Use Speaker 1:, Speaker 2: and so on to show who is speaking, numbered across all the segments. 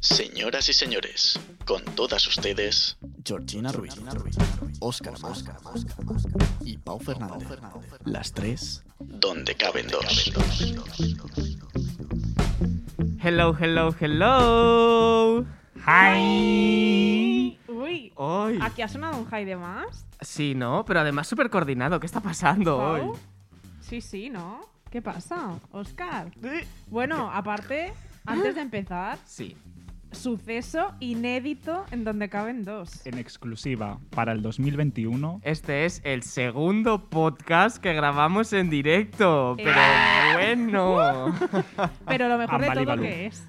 Speaker 1: Señoras y señores, con todas ustedes,
Speaker 2: Georgina Ruiz, Oscar Mosca y Pau Fernández. Las tres.
Speaker 1: donde caben dos.
Speaker 3: Hello, hello, hello. Hi.
Speaker 4: Uy,
Speaker 3: Hoy.
Speaker 4: aquí ha sonado un high de más.
Speaker 3: Sí, ¿no? Pero además súper coordinado. ¿Qué está pasando
Speaker 4: Pau.
Speaker 3: hoy?
Speaker 4: Sí, sí, ¿no? ¿Qué pasa, Oscar? Bueno, aparte, antes de empezar,
Speaker 3: Sí.
Speaker 4: suceso inédito en donde caben dos.
Speaker 5: en exclusiva para el 2021.
Speaker 3: Este es el segundo podcast que grabamos en directo. Pero
Speaker 4: Eh.
Speaker 3: bueno.
Speaker 4: Pero lo mejor de
Speaker 5: Ambali
Speaker 4: todo
Speaker 5: Balú.
Speaker 4: que es.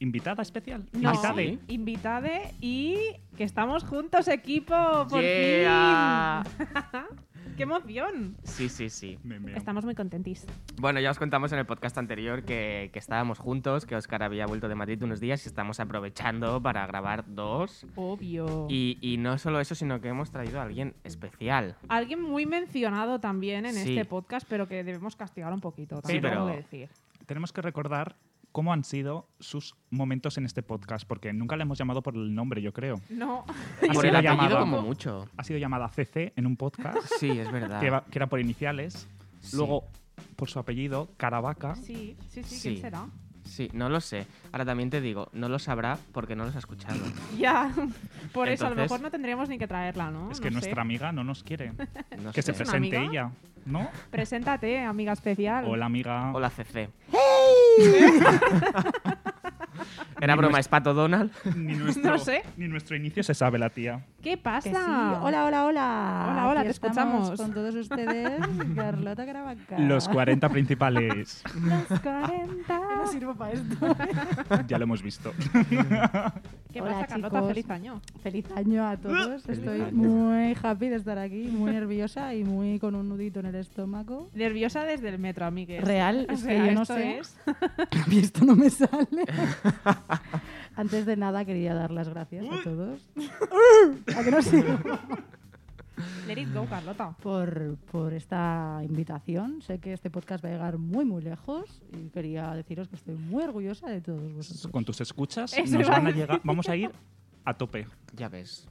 Speaker 5: Invitada especial.
Speaker 4: No,
Speaker 5: Invitada.
Speaker 3: sí?
Speaker 4: invitade y que estamos juntos, equipo, por
Speaker 3: Yeah.
Speaker 4: fin. ¡Qué emoción!
Speaker 3: Sí, sí, sí.
Speaker 5: Me meo.
Speaker 4: Estamos muy contentis.
Speaker 3: Bueno, ya os contamos en el podcast anterior que, que estábamos juntos, que Oscar había vuelto de Madrid unos días y estamos aprovechando para grabar dos.
Speaker 4: Obvio.
Speaker 3: Y, y no solo eso, sino que hemos traído a alguien especial.
Speaker 4: Alguien muy mencionado también en
Speaker 3: Sí.
Speaker 4: este podcast, pero que debemos castigar un poquito.
Speaker 3: Sí,
Speaker 4: También lo tengo
Speaker 3: pero-
Speaker 4: que decir.
Speaker 5: Tenemos que recordar cómo han sido sus momentos en este podcast, porque nunca le hemos llamado por el nombre, yo creo.
Speaker 4: No.
Speaker 5: Ha
Speaker 3: Por
Speaker 5: sido
Speaker 3: el apellido
Speaker 5: llamada-
Speaker 3: como mucho.
Speaker 5: Ha sido llamada CC en un podcast,
Speaker 3: Sí, es verdad.
Speaker 5: que, va- que era por iniciales.
Speaker 3: Sí.
Speaker 5: Luego, por su apellido, Caravaca.
Speaker 4: Sí, sí, sí,
Speaker 3: Sí.
Speaker 4: ¿quién será?
Speaker 3: Sí, no lo sé. Ahora también te digo, no lo sabrá porque no los ha escuchado.
Speaker 4: Ya, por eso a lo
Speaker 3: Entonces-
Speaker 4: mejor no tendríamos ni que traerla, ¿no?
Speaker 5: es
Speaker 4: No
Speaker 5: que
Speaker 4: sé.
Speaker 5: nuestra amiga no nos quiere.
Speaker 3: Ah, No
Speaker 5: que
Speaker 3: sé.
Speaker 5: se
Speaker 4: ¿Es una
Speaker 5: presente
Speaker 4: amiga?
Speaker 5: ella, ¿no?
Speaker 4: Preséntate, amiga especial.
Speaker 5: Hola, amiga.
Speaker 3: Hola, CC. Era broma, es Pato Donald.
Speaker 5: Ni nuestro,
Speaker 4: No sé.
Speaker 5: Ni nuestro inicio se sabe la tía.
Speaker 4: ¿Qué pasa?
Speaker 6: Que sí. Hola, hola, hola.
Speaker 4: Hola, hola,
Speaker 6: Aquí
Speaker 4: te
Speaker 6: estamos
Speaker 4: escuchamos.
Speaker 6: Con todos ustedes, Carlota Caravaca.
Speaker 5: Los 40 principales.
Speaker 4: Las 40.
Speaker 6: sirvo para esto.
Speaker 5: ya lo hemos visto.
Speaker 4: ¿Qué
Speaker 6: Hola,
Speaker 4: pasa, Carlota?
Speaker 6: chicos.
Speaker 4: Feliz año.
Speaker 6: Feliz año a todos. Estoy
Speaker 3: año.
Speaker 6: muy happy de estar aquí, muy nerviosa y muy con un nudito en el estómago.
Speaker 4: Nerviosa desde el metro, amigues.
Speaker 6: Real,
Speaker 4: O
Speaker 6: es
Speaker 4: sea,
Speaker 6: que yo no
Speaker 4: esto
Speaker 6: sé.
Speaker 4: es-
Speaker 6: A mí esto no me sale. Antes de nada, quería dar las gracias a todos. ¿A que no sigo?
Speaker 4: Let it go, Carlota.
Speaker 6: por, por esta invitación. Sé que este podcast va a llegar muy, muy lejos y quería deciros que estoy muy orgullosa de todos vosotros.
Speaker 5: Con tus escuchas
Speaker 4: Eso
Speaker 5: nos
Speaker 4: iba a
Speaker 5: van a
Speaker 4: decir.
Speaker 5: llegar, vamos a ir a tope.
Speaker 3: Ya ves.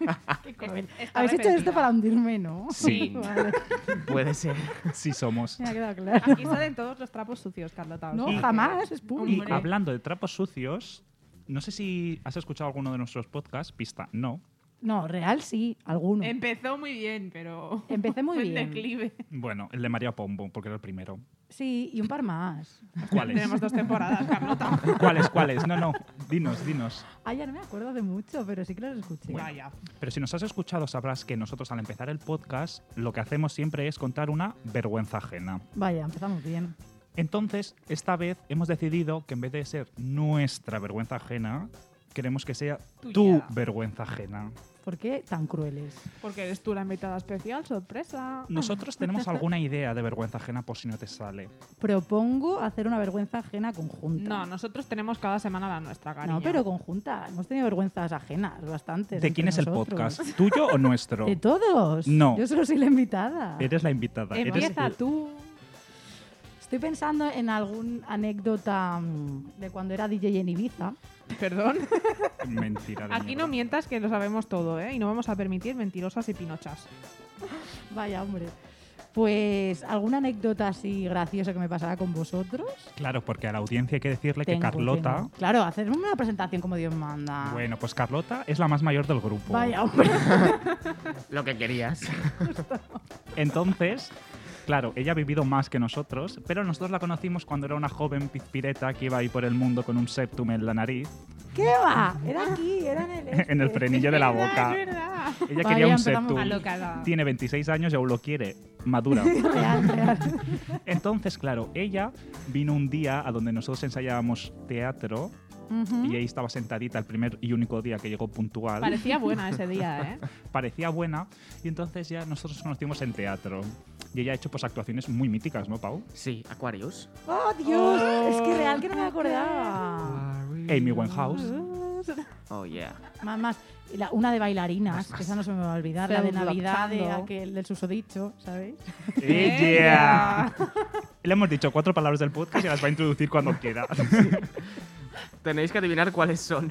Speaker 4: Está
Speaker 6: Habéis hecho esto
Speaker 4: arrepentida.
Speaker 6: para hundirme, ¿no?
Speaker 5: Sí.
Speaker 6: Vale,
Speaker 3: Puede ser.
Speaker 5: Sí somos.
Speaker 6: me ha quedado claro.
Speaker 4: Aquí salen todos los trapos sucios, Carlota. o
Speaker 6: No,
Speaker 4: sea que-
Speaker 6: jamás, ¿eh? es
Speaker 5: Y
Speaker 6: público.
Speaker 5: hablando de trapos sucios, no sé si has escuchado alguno de nuestros podcasts, pista, no.
Speaker 6: No, real sí, alguno.
Speaker 4: Empezó muy bien, pero...
Speaker 6: Empecé muy
Speaker 4: fue en
Speaker 6: bien.
Speaker 4: Em- declive.
Speaker 5: Bueno, el de María Pombo, porque era el primero.
Speaker 6: Sí, y un par más.
Speaker 5: ¿Cuáles?
Speaker 4: Tenemos dos temporadas, Carlota.
Speaker 5: ¿Cuáles? ¿Cuáles? No, no, dinos, dinos.
Speaker 6: Ah, ya no me acuerdo de mucho, pero sí que los escuché.
Speaker 4: Vaya.
Speaker 5: Pero si nos has escuchado sabrás que nosotros al empezar el podcast lo que hacemos siempre es contar una vergüenza ajena.
Speaker 6: Vaya, empezamos bien.
Speaker 5: Entonces, esta vez hemos decidido que en vez de ser nuestra vergüenza ajena, queremos que sea tu
Speaker 4: Tuya.
Speaker 5: vergüenza ajena.
Speaker 6: ¿Por qué tan crueles?
Speaker 4: Porque eres tú la invitada especial, sorpresa.
Speaker 5: Nosotros tenemos alguna idea de vergüenza ajena por si no te sale.
Speaker 6: Propongo hacer una vergüenza ajena conjunta.
Speaker 4: No, nosotros tenemos cada semana la nuestra, cariño.
Speaker 6: No, pero conjunta. Hemos tenido vergüenzas ajenas bastantes.
Speaker 5: ¿De
Speaker 6: entre
Speaker 5: quién es el
Speaker 6: nosotros.
Speaker 5: podcast? ¿Tuyo o nuestro?
Speaker 6: De todos.
Speaker 5: No.
Speaker 6: Yo solo soy la invitada.
Speaker 5: Eres la invitada. eres
Speaker 4: Empieza
Speaker 5: el-
Speaker 4: tú.
Speaker 6: Estoy pensando en alguna anécdota mm, de cuando era DJ en Ibiza.
Speaker 4: Perdón.
Speaker 5: Mentira. de
Speaker 4: Aquí
Speaker 5: mierda.
Speaker 4: no mientas que lo sabemos todo, ¿eh? Y no vamos a permitir mentirosas y pinochas.
Speaker 6: Vaya, hombre. Pues alguna anécdota así graciosa que me pasara con vosotros.
Speaker 5: Claro, porque a la audiencia hay que decirle que
Speaker 6: Tengo,
Speaker 5: Carlota.
Speaker 6: tengo. Claro, hacer una presentación como Dios manda.
Speaker 5: Bueno, pues Carlota es la más mayor del grupo.
Speaker 6: Vaya, hombre.
Speaker 3: Lo que querías.
Speaker 5: Entonces, claro, ella ha vivido más que nosotros, pero nosotros la conocimos cuando era una joven pizpireta que iba ahí por el mundo con un septum en la nariz,
Speaker 6: ¿Qué va? Era aquí, era en el. este.
Speaker 5: en el frenillo de la
Speaker 4: Es verdad,
Speaker 5: boca.
Speaker 4: Es verdad.
Speaker 5: Ella
Speaker 6: Vaya,
Speaker 5: quería un
Speaker 6: empezamos
Speaker 5: septum.
Speaker 4: Alocada.
Speaker 5: Tiene 26 años y aún lo quiere. Madura.
Speaker 6: Real, real.
Speaker 5: Entonces, claro, ella vino un día a donde nosotros ensayábamos teatro
Speaker 6: Ujú.
Speaker 5: y ahí estaba sentadita el primer y único día que llegó puntual.
Speaker 4: Parecía buena ese día, ¿eh?
Speaker 5: Parecía buena y entonces ya nosotros nos conocimos en teatro. Y ella ha hecho pues actuaciones muy míticas, ¿no, Pau?
Speaker 3: Sí, Aquarius.
Speaker 6: ¡Oh, Dios! Es
Speaker 5: Oh.
Speaker 6: que real que no me acordaba.
Speaker 5: Amy Winehouse.
Speaker 3: Oh, yeah.
Speaker 6: Más, más. Y la- una de bailarinas, que esa no se me va a olvidar. La de
Speaker 4: Feudo
Speaker 6: Navidad, de
Speaker 4: Luxando.
Speaker 6: aquel, del susodicho, ¿sabéis?
Speaker 5: ¡Ella! Le hemos dicho cuatro palabras del podcast y las va a introducir cuando quiera.
Speaker 3: Tenéis que adivinar cuáles son.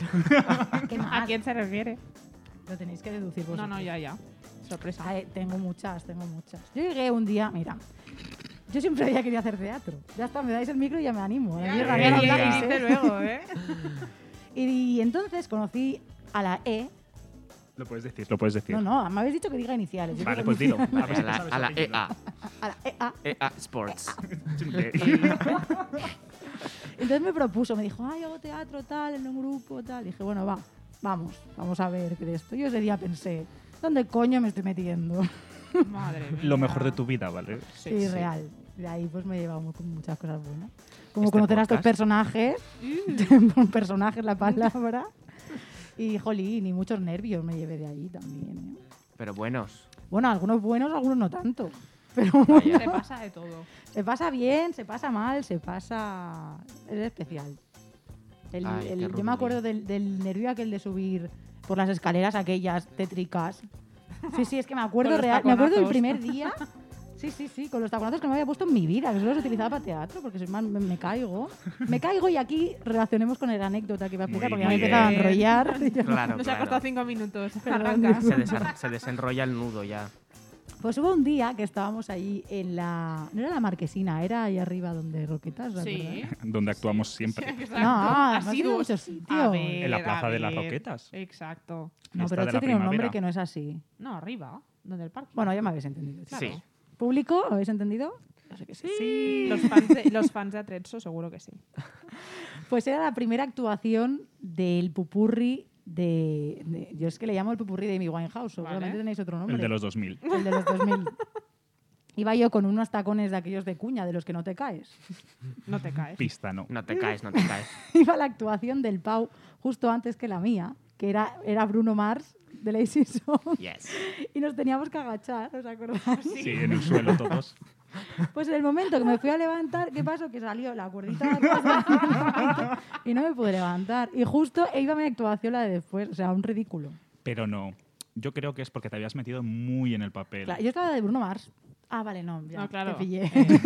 Speaker 6: ¿Qué
Speaker 4: ¿A
Speaker 6: más?
Speaker 4: quién se refiere?
Speaker 6: Ah, Lo tenéis que deducir
Speaker 4: Ah, No,
Speaker 6: vosotros.
Speaker 4: no, ya, ya. Sorpresa.
Speaker 6: Ay, tengo muchas, tengo muchas. Yo llegué un día, mira, yo siempre había querido hacer teatro. Ya está, me dais el micro y ya me animo. La mierda,
Speaker 5: ya,
Speaker 6: no
Speaker 5: ya,
Speaker 6: habláis,
Speaker 5: ya.
Speaker 6: ¿eh?
Speaker 4: dice luego, ¿eh?
Speaker 6: Y, y entonces conocí a la E.
Speaker 5: Lo puedes decir, lo puedes decir.
Speaker 6: No, no, me habéis dicho que diga iniciales. Yo
Speaker 5: Vale,
Speaker 6: creo
Speaker 5: pues
Speaker 6: que E
Speaker 5: dilo. A ver
Speaker 3: Vale,
Speaker 5: si
Speaker 3: a
Speaker 5: te
Speaker 3: la,
Speaker 5: sabes
Speaker 3: a la
Speaker 5: apellido.
Speaker 3: EA.
Speaker 6: A la EA.
Speaker 3: EA Sports.
Speaker 6: Entonces me propuso, me dijo, ay, hago teatro, tal, en un grupo, tal. dije, bueno, va, vamos, vamos a ver qué de esto. Yo ese día pensé, ¿dónde coño me estoy metiendo?
Speaker 4: Madre mía.
Speaker 5: Lo mejor de tu vida, ¿vale?
Speaker 6: Sí,
Speaker 4: sí.
Speaker 6: real. De ahí pues me he llevado mu- con muchas cosas buenas. Como
Speaker 3: Este
Speaker 6: conocer a estos
Speaker 3: podcast.
Speaker 6: personajes, por personajes la palabra. Y jolín, y muchos nervios me llevé de ahí también. ¿eh?
Speaker 3: Pero buenos.
Speaker 6: Bueno, algunos buenos, algunos no tanto.
Speaker 3: Vaya.
Speaker 4: Se pasa de todo.
Speaker 6: Se pasa bien, se pasa mal, se pasa. Es especial. El-
Speaker 3: Ay,
Speaker 6: el-
Speaker 3: qué
Speaker 6: yo me
Speaker 3: rumbín.
Speaker 6: acuerdo del, del nervio aquel de subir por las escaleras aquellas tétricas. Sí, sí, es que me acuerdo
Speaker 4: Con los
Speaker 6: real. Me acuerdo del
Speaker 4: taconazos.
Speaker 6: primer día. Sí, sí, sí, con los taconazos que no me había puesto en mi vida, que solo los utilizaba para teatro, porque soy más, me, me caigo. Me caigo y aquí relacionemos con la anécdota que iba a explicar,
Speaker 5: Muy
Speaker 6: porque ya me he
Speaker 5: bien.
Speaker 6: empezado a enrollar. y ya no-
Speaker 3: Claro,
Speaker 4: Nos ha
Speaker 3: claro.
Speaker 4: costado cinco minutos.
Speaker 6: Perdón.
Speaker 4: Arranca.
Speaker 3: Se, desar- se desenrolla el nudo ya.
Speaker 6: Pues hubo un día que estábamos ahí en la. No era la marquesina, era ahí arriba donde Roquetas, ¿os acordáis?
Speaker 4: Sí.
Speaker 5: Donde actuamos siempre.
Speaker 4: Exacto.
Speaker 6: No, has ido a
Speaker 4: Asiduos.
Speaker 6: muchos sitios.
Speaker 4: A ver,
Speaker 5: En la Plaza
Speaker 4: a
Speaker 5: de las
Speaker 4: ver.
Speaker 5: Roquetas.
Speaker 4: Exacto.
Speaker 5: Fiesta
Speaker 6: No, pero
Speaker 5: de
Speaker 6: esto
Speaker 5: la
Speaker 6: tiene un
Speaker 5: primavera.
Speaker 6: nombre que no es así.
Speaker 4: No, arriba, donde el parque.
Speaker 6: Bueno, ya me habéis entendido.
Speaker 4: Claro.
Speaker 3: Sí.
Speaker 6: ¿Público? ¿Habéis entendido? Yo sé que sí.
Speaker 4: Los fans, de, los fans de Atrezzo seguro que sí.
Speaker 6: Pues era la primera actuación del pupurri de, de- Yo es que le llamo el pupurri de mi Winehouse, seguramente
Speaker 4: Vale.
Speaker 6: tenéis otro nombre.
Speaker 5: El de los 2000.
Speaker 6: El de los 2000. Iba yo con unos tacones de aquellos de cuña, de los que no te caes.
Speaker 4: No te caes.
Speaker 5: Pista, no.
Speaker 3: No te caes, no te caes.
Speaker 6: Iba la actuación del Pau justo antes que la mía, que era, era Bruno Mars de Lazy Song,
Speaker 3: Yes.
Speaker 6: y nos teníamos que agachar, ¿os acordáis?
Speaker 5: Sí, en el suelo todos.
Speaker 6: Pues en el momento que me fui a levantar, ¿qué pasó? Que salió la cuerdita de atrás y no me pude levantar. Y justo e iba a mi actuación la de después, o sea, un ridículo.
Speaker 5: Pero no. Yo creo que es porque te habías metido muy en el papel.
Speaker 6: Claro, yo estaba de Bruno Mars. Ah, vale, no, ya,
Speaker 4: No, claro.
Speaker 6: te pillé.
Speaker 5: Eh.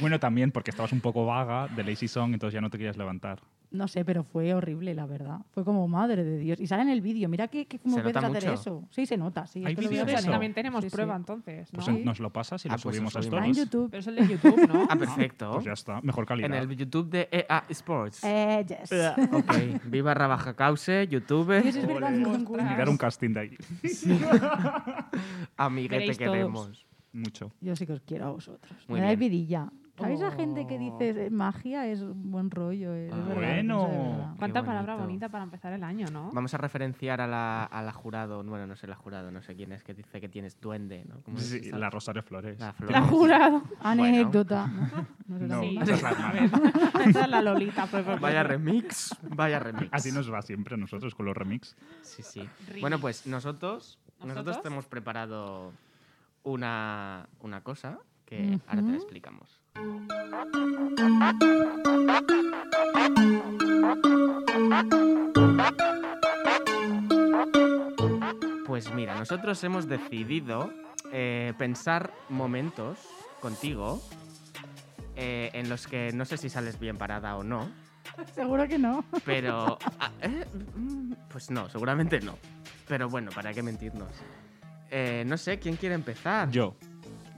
Speaker 5: Bueno, también porque estabas un poco vaga de Lazy Song, entonces ya no te querías levantar.
Speaker 6: No sé, pero fue horrible, la verdad. Fue como, madre de Dios. Y sale en el vídeo, mira que, que cómo
Speaker 3: Se nota
Speaker 6: puedes hacer
Speaker 3: mucho.
Speaker 6: eso. Sí, se nota, sí.
Speaker 5: ¿Hay
Speaker 6: esto lo
Speaker 5: vídeos
Speaker 6: veo
Speaker 5: de
Speaker 6: en
Speaker 5: eso?
Speaker 6: internet.
Speaker 4: También tenemos
Speaker 6: Sí, sí.
Speaker 4: prueba entonces, ¿no?
Speaker 5: Pues
Speaker 6: Sí.
Speaker 5: nos lo pasas y lo
Speaker 3: Ah, pues
Speaker 5: subimos
Speaker 3: lo
Speaker 5: a
Speaker 3: subimos.
Speaker 6: Ah,
Speaker 5: todos.
Speaker 6: en YouTube.
Speaker 4: Pero es el de YouTube, ¿no?
Speaker 3: Ah, perfecto.
Speaker 5: Pues ya está, mejor calidad.
Speaker 3: En el YouTube de EA Sports.
Speaker 6: Eh, yes.
Speaker 3: Ok. Viva Rabaja Cause, YouTube.
Speaker 6: Dios, es verdad,
Speaker 5: Ole.
Speaker 6: no tengo-
Speaker 5: Ni dar un casting de ahí.
Speaker 3: Amiguete
Speaker 4: Veréis
Speaker 3: que
Speaker 4: todos.
Speaker 3: queremos.
Speaker 5: Mucho.
Speaker 6: Yo sí que os quiero a vosotros.
Speaker 3: Muy
Speaker 6: Me dais
Speaker 3: bien.
Speaker 6: vidilla. ¿Sabéis la gente que
Speaker 3: Oh.
Speaker 6: dice "Eh, magia es un buen rollo? eh, Es
Speaker 3: Ah.
Speaker 6: verdad,
Speaker 5: Bueno.
Speaker 6: eso es verdad.
Speaker 3: Qué
Speaker 4: Cuánta palabra
Speaker 3: bonito.
Speaker 4: bonita para empezar el año, ¿no?
Speaker 3: Vamos a referenciar a la, a la jurado, bueno, no sé la jurado, no sé quién es, que dice que tienes duende, ¿no? ¿Cómo es
Speaker 5: Sí,
Speaker 3: esa?
Speaker 5: la Rosario Flores.
Speaker 3: La flor.
Speaker 4: La jurado.
Speaker 6: Anécdota. No,
Speaker 5: No,
Speaker 6: será
Speaker 4: Sí.
Speaker 5: esa es la
Speaker 4: A
Speaker 5: hermana.
Speaker 4: ver, esa es la Lolita. pues, porque-
Speaker 3: Vaya remix, vaya remix.
Speaker 5: Así nos va siempre a nosotros con los remix.
Speaker 3: Sí, sí. Bueno, pues nosotros, nosotros,
Speaker 4: ¿Nosotros?
Speaker 3: te hemos preparado una, una cosa que ahora te la explicamos. Pues mira, nosotros hemos decidido eh, pensar momentos contigo eh, en los que no sé si sales bien parada o no,
Speaker 6: Seguro que no.
Speaker 3: pero. ah, eh, mm, Pues no, seguramente no. Pero bueno, ¿para qué mentirnos? Eh, no sé, ¿quién quiere empezar?
Speaker 5: Yo,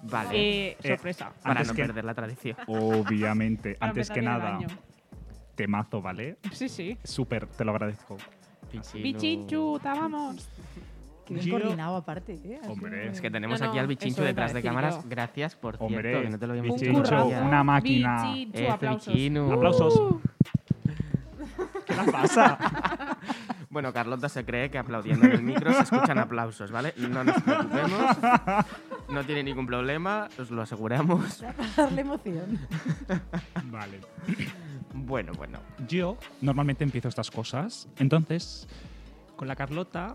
Speaker 3: Vale.
Speaker 4: Eh,
Speaker 5: Eh,
Speaker 4: sorpresa.
Speaker 3: para
Speaker 5: antes
Speaker 3: no
Speaker 5: que-
Speaker 3: perder la tradición.
Speaker 5: obviamente,
Speaker 4: Para
Speaker 5: antes que
Speaker 4: empezar
Speaker 5: nada,
Speaker 4: bien el año.
Speaker 5: temazo, ¿vale?
Speaker 4: Sí, sí.
Speaker 5: Súper, te lo agradezco.
Speaker 3: Pichinu.
Speaker 4: Bichinchuta, vamos.
Speaker 6: Qué bien
Speaker 5: Gio-
Speaker 6: coordinado aparte. ¿eh? Ha sido
Speaker 5: Hombre.
Speaker 6: muy-
Speaker 3: Es que tenemos
Speaker 4: No, no,
Speaker 3: aquí al bichincho
Speaker 4: eso iba a
Speaker 3: detrás de
Speaker 4: decir
Speaker 3: cámaras.
Speaker 4: yo.
Speaker 3: Gracias, por cierto,
Speaker 5: Hombre,
Speaker 3: que no te lo habíamos
Speaker 5: Bichinchu,
Speaker 3: dicho todavía.
Speaker 5: una máquina. Eh,
Speaker 4: Bichinchu,
Speaker 3: Este
Speaker 4: aplausos.
Speaker 3: bichinu.
Speaker 5: ¡Aplausos! ¿Qué la pasa?
Speaker 3: Bueno, Carlota se cree que aplaudiendo en el micro se escuchan aplausos, ¿vale? No nos preocupemos. No tiene ningún problema, os lo aseguramos.
Speaker 6: Para darle emoción.
Speaker 5: Vale.
Speaker 3: Bueno, bueno.
Speaker 5: Yo normalmente empiezo estas cosas. Entonces, con la Carlota,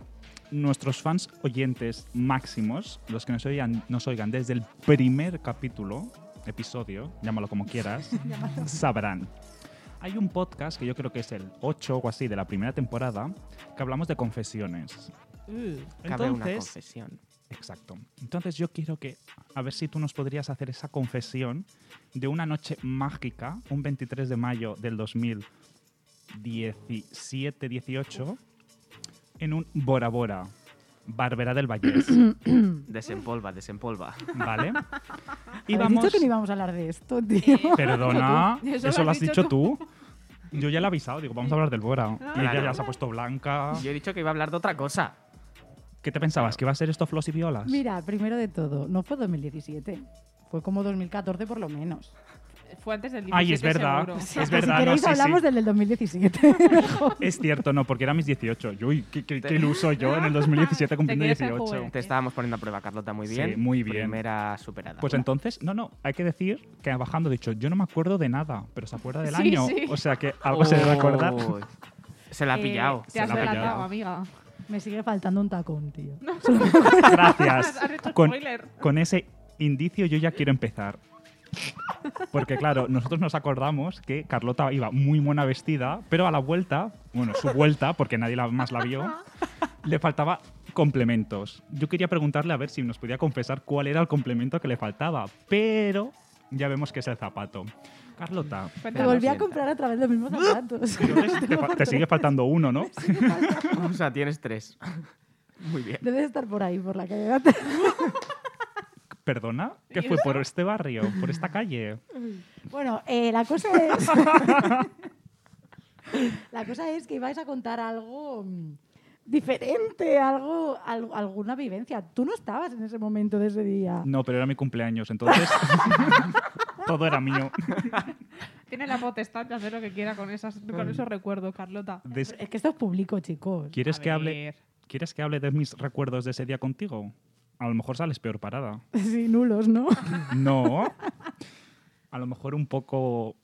Speaker 5: nuestros fans oyentes máximos, los que nos oigan, nos oigan desde el primer capítulo, episodio, llámalo como quieras, sabrán. Hay un podcast que yo creo que es el 8 o así de la primera temporada, que hablamos de confesiones.
Speaker 4: Uh,
Speaker 3: Cabe una
Speaker 5: Entonces,
Speaker 3: confesión.
Speaker 5: Exacto. Entonces yo quiero que, a ver si tú nos podrías hacer esa confesión de una noche mágica, un 23 de mayo del 2017-18, en un Bora Bora, Barbera del Vallés,
Speaker 3: Desempolva, desempolva.
Speaker 5: ¿vale?
Speaker 6: Habéis dicho que no íbamos a hablar de esto, tío.
Speaker 3: Eh,
Speaker 5: Perdona,
Speaker 4: Eso lo
Speaker 5: eso,
Speaker 4: has
Speaker 5: lo has
Speaker 4: dicho
Speaker 5: dicho tú. Yo ya le he avisado, digo, vamos a hablar del Bora. Y ella ya se ha puesto blanca.
Speaker 3: Yo he dicho que iba a hablar de otra cosa.
Speaker 5: ¿Qué te pensabas? ¿Que iba a ser esto flos y violas?
Speaker 6: Mira, primero de todo, no fue 2017. Fue como 2014 por lo menos.
Speaker 4: Fue antes del 17,
Speaker 5: Ay, es verdad.
Speaker 4: seguro.
Speaker 5: Es
Speaker 6: Que
Speaker 5: verdad,
Speaker 6: si
Speaker 5: no,
Speaker 6: queréis
Speaker 5: sí,
Speaker 6: hablamos
Speaker 5: sí.
Speaker 6: del del 2017.
Speaker 5: Es cierto, no, porque era mis 18. Yo, uy, qué, qué, qué iluso yo en el 2017 cumpliendo
Speaker 4: quieres hacer
Speaker 5: 18.
Speaker 4: joven.
Speaker 3: Te estábamos poniendo a prueba, Carlota, muy
Speaker 5: Sí,
Speaker 3: bien.
Speaker 5: muy bien.
Speaker 3: Primera superada.
Speaker 5: Pues entonces, no, no, hay que decir que bajando, de hecho, yo no me acuerdo de nada, pero se acuerda del
Speaker 4: Sí,
Speaker 5: año.
Speaker 4: sí.
Speaker 5: O sea que algo se debe acordar.
Speaker 3: Uy, Se la ha
Speaker 4: Eh,
Speaker 3: pillado.
Speaker 4: Te has
Speaker 5: la ha pillado.
Speaker 4: delatado, amiga.
Speaker 6: Me sigue faltando un tacón, tío.
Speaker 5: Gracias.
Speaker 4: Has hecho
Speaker 5: Con,
Speaker 4: spoiler.
Speaker 5: con ese indicio yo ya quiero empezar. Porque claro, nosotros nos acordamos que Carlota iba muy mona vestida, pero a la vuelta, bueno, su vuelta, porque nadie la- más la vio, le faltaba complementos. Yo quería preguntarle a ver si nos podía confesar cuál era el complemento que le faltaba, pero ya vemos que es el zapato. Carlota,
Speaker 6: Te
Speaker 3: Ya lo
Speaker 4: Cuéntanos.
Speaker 6: volví a
Speaker 3: siento.
Speaker 6: comprar otra vez los mismos zapatos.
Speaker 5: te, fa- te sigue faltando uno, ¿no?
Speaker 3: O sea, tienes tres. Muy bien.
Speaker 6: Debe de estar por ahí, por la calle.
Speaker 5: Perdona, que fue por este barrio, por esta calle.
Speaker 6: Bueno, eh, la cosa es. la cosa es que ibais a contar algo mm, diferente, algo, al- alguna vivencia. Tú no estabas en ese momento de ese día.
Speaker 5: No, pero era mi cumpleaños, entonces todo era mío.
Speaker 4: Tiene la potestad de hacer lo que quiera con, esas, con esos recuerdos, Carlota.
Speaker 5: Des-
Speaker 6: Es que esto es público, chicos.
Speaker 5: ¿Quieres
Speaker 4: A
Speaker 5: que, hable,
Speaker 4: ver.
Speaker 5: ¿Quieres que hable de mis recuerdos de ese día contigo? A lo mejor sales peor parada.
Speaker 6: Sí, nulos, ¿no?
Speaker 5: No. A lo mejor un poco...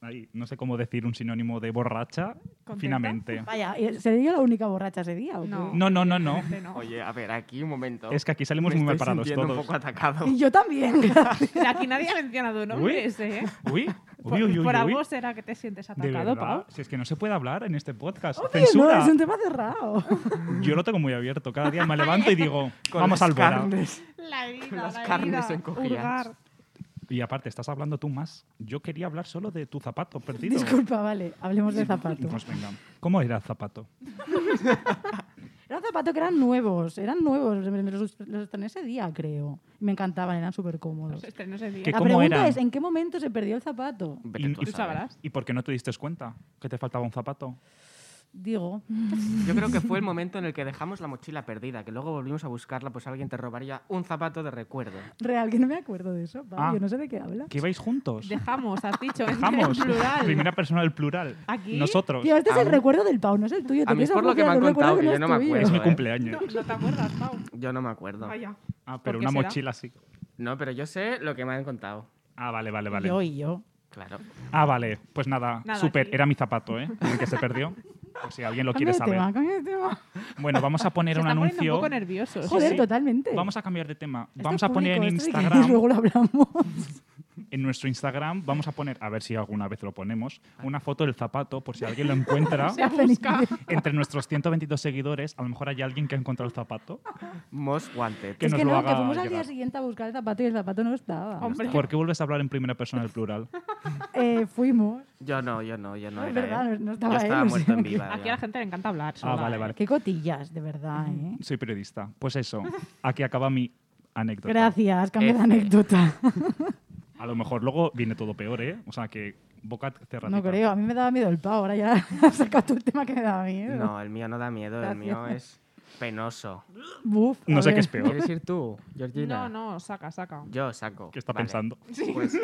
Speaker 5: Ay, no sé cómo decir un sinónimo de borracha
Speaker 4: ¿Contenta?
Speaker 5: finamente.
Speaker 6: Vaya, eh, ¿y ¿seré yo la única borracha ese día? ¿o qué?
Speaker 4: No.
Speaker 5: No, no, no, no.
Speaker 4: Obviamente no.
Speaker 3: Oye, a ver, aquí un momento.
Speaker 5: Es que aquí salimos
Speaker 3: Me
Speaker 5: muy mal
Speaker 3: estoy
Speaker 5: parados
Speaker 3: sintiendo un
Speaker 5: todos.
Speaker 3: poco atacado.
Speaker 6: Y yo también. gracias.
Speaker 4: Aquí nadie ha mencionado un
Speaker 5: Uy.
Speaker 4: nombre ese, ¿eh?
Speaker 5: Uy,
Speaker 4: Por,
Speaker 5: uy, uy, uy.
Speaker 4: por
Speaker 5: uy.
Speaker 4: algo será que te sientes
Speaker 5: ¿De
Speaker 4: atacado,
Speaker 5: verdad?
Speaker 4: Pau.
Speaker 5: Si es que no se puede hablar en este podcast.
Speaker 6: Oye, no,
Speaker 5: Censura.
Speaker 6: es un tema cerrado.
Speaker 5: Yo lo tengo muy abierto. Cada día me levanto y digo,
Speaker 3: Con
Speaker 5: vamos
Speaker 3: las
Speaker 5: al Bora.
Speaker 3: carnes.
Speaker 4: La herida,
Speaker 3: Las
Speaker 4: la
Speaker 3: carnes
Speaker 4: herida.
Speaker 3: encogidas.
Speaker 4: Hurgar.
Speaker 5: Y aparte, estás hablando tú más. Yo quería hablar solo de tu zapato perdido.
Speaker 6: Disculpa, vale, hablemos de zapatos.
Speaker 5: Pues venga. ¿Cómo era el zapato?
Speaker 6: Eran zapatos que eran nuevos, eran nuevos. Los, los estrené ese día, creo. Me encantaban, eran súper cómodos.
Speaker 4: Se estrenó ese día.
Speaker 5: ¿Qué
Speaker 6: La
Speaker 5: cómo
Speaker 6: pregunta
Speaker 5: eran?
Speaker 6: es, ¿en qué momento se perdió el zapato?
Speaker 3: Vete
Speaker 5: Y-
Speaker 4: Tú sabrás.
Speaker 5: ¿Y por qué no te diste cuenta que te faltaba un zapato?
Speaker 6: Digo,
Speaker 3: Yo creo que fue el momento en el que dejamos la mochila perdida, que luego volvimos a buscarla, pues alguien te robaría un zapato de recuerdo.
Speaker 6: real, que no me acuerdo de eso. Pau,
Speaker 5: Ah.
Speaker 6: Yo no sé de qué hablas.
Speaker 5: ¿Que ibais juntos?
Speaker 4: Dejamos, has dicho. en
Speaker 5: Dejamos.
Speaker 4: plural.
Speaker 5: Primera persona del plural.
Speaker 4: ¿Aquí?
Speaker 5: Nosotros.
Speaker 6: Tío, este es
Speaker 3: a
Speaker 6: el
Speaker 3: mí-
Speaker 6: recuerdo del Pau, no es el tuyo.
Speaker 3: a
Speaker 6: Te
Speaker 3: mí es
Speaker 6: piensas
Speaker 3: por lo que
Speaker 6: que
Speaker 3: me han
Speaker 6: un recuerdo
Speaker 3: contado, que yo no me
Speaker 6: es tuyo.
Speaker 5: es
Speaker 3: acuerdo.
Speaker 5: mi
Speaker 3: ¿eh?
Speaker 5: cumpleaños.
Speaker 4: No te acuerdas, Pau.
Speaker 3: Yo no me acuerdo.
Speaker 4: Vaya.
Speaker 5: Ah,
Speaker 4: ¿Por
Speaker 5: pero
Speaker 4: qué
Speaker 5: una
Speaker 4: será?
Speaker 5: mochila sí.
Speaker 3: No, pero yo sé lo que me han contado.
Speaker 5: Ah, vale, vale, vale.
Speaker 6: Yo y yo.
Speaker 3: Claro.
Speaker 5: Ah, vale. Pues nada,
Speaker 4: Nada,
Speaker 5: súper.
Speaker 4: aquí.
Speaker 5: Era mi zapato, ¿eh? El que se perdió. Por si alguien lo quiere
Speaker 6: Cambia de
Speaker 5: saber.
Speaker 6: tema, cambia de tema.
Speaker 5: Bueno, vamos a poner
Speaker 4: Se
Speaker 5: un
Speaker 4: están poniendo
Speaker 5: anuncio.
Speaker 4: un poco nerviosos.
Speaker 6: Joder,
Speaker 5: sí.
Speaker 6: totalmente.
Speaker 5: Vamos a cambiar de tema.
Speaker 6: Esto
Speaker 5: vamos
Speaker 6: es
Speaker 5: a poner en
Speaker 6: público, esto hay que-
Speaker 5: Instagram.
Speaker 6: Luego lo hablamos.
Speaker 5: en nuestro Instagram vamos a poner, a ver si alguna vez lo ponemos,
Speaker 6: Ah.
Speaker 5: una foto del zapato por si alguien lo encuentra.
Speaker 4: Se busca.
Speaker 5: Entre nuestros 122 seguidores, a lo mejor hay alguien que ha encontrado el zapato.
Speaker 3: Most Wanted.
Speaker 5: Que
Speaker 6: es
Speaker 5: nos
Speaker 6: que
Speaker 5: lo
Speaker 6: no,
Speaker 5: haga
Speaker 6: que fuimos al día
Speaker 5: llegar.
Speaker 6: siguiente a buscar el zapato y el zapato no estaba.
Speaker 4: Hombre.
Speaker 5: ¿Por qué vuelves a hablar en primera persona del plural?
Speaker 6: Eh, fuimos.
Speaker 3: Yo no, yo no, yo no.
Speaker 6: No, es
Speaker 3: era
Speaker 6: verdad,
Speaker 3: él.
Speaker 6: no estaba
Speaker 3: yo estaba
Speaker 6: él, o
Speaker 3: muerto
Speaker 6: sea
Speaker 3: en
Speaker 6: que-
Speaker 3: vida.
Speaker 4: Aquí
Speaker 3: ya.
Speaker 4: a la gente le encanta hablar. sola,
Speaker 5: Ah, vale,
Speaker 4: ¿eh?
Speaker 5: vale.
Speaker 6: Qué cotillas, de verdad, ¿eh?
Speaker 5: Soy periodista. Pues eso, aquí acaba mi anécdota.
Speaker 6: Gracias, cambio de
Speaker 3: F.
Speaker 6: anécdota.
Speaker 5: A lo mejor luego viene todo peor, ¿eh? O sea que boca cerrada.
Speaker 6: No creo, a mí me daba miedo el pavo, ahora ya has sacado tú el tema que me daba miedo.
Speaker 3: No, el mío no da miedo, el mío es penoso.
Speaker 6: Buf, a
Speaker 5: No sé
Speaker 6: ver.
Speaker 5: qué es peor.
Speaker 3: ¿Quieres ir tú, Georgina?
Speaker 4: No, no, saca, saca.
Speaker 3: Yo saco.
Speaker 5: ¿Qué está
Speaker 3: Vale.
Speaker 5: pensando?
Speaker 3: Pues-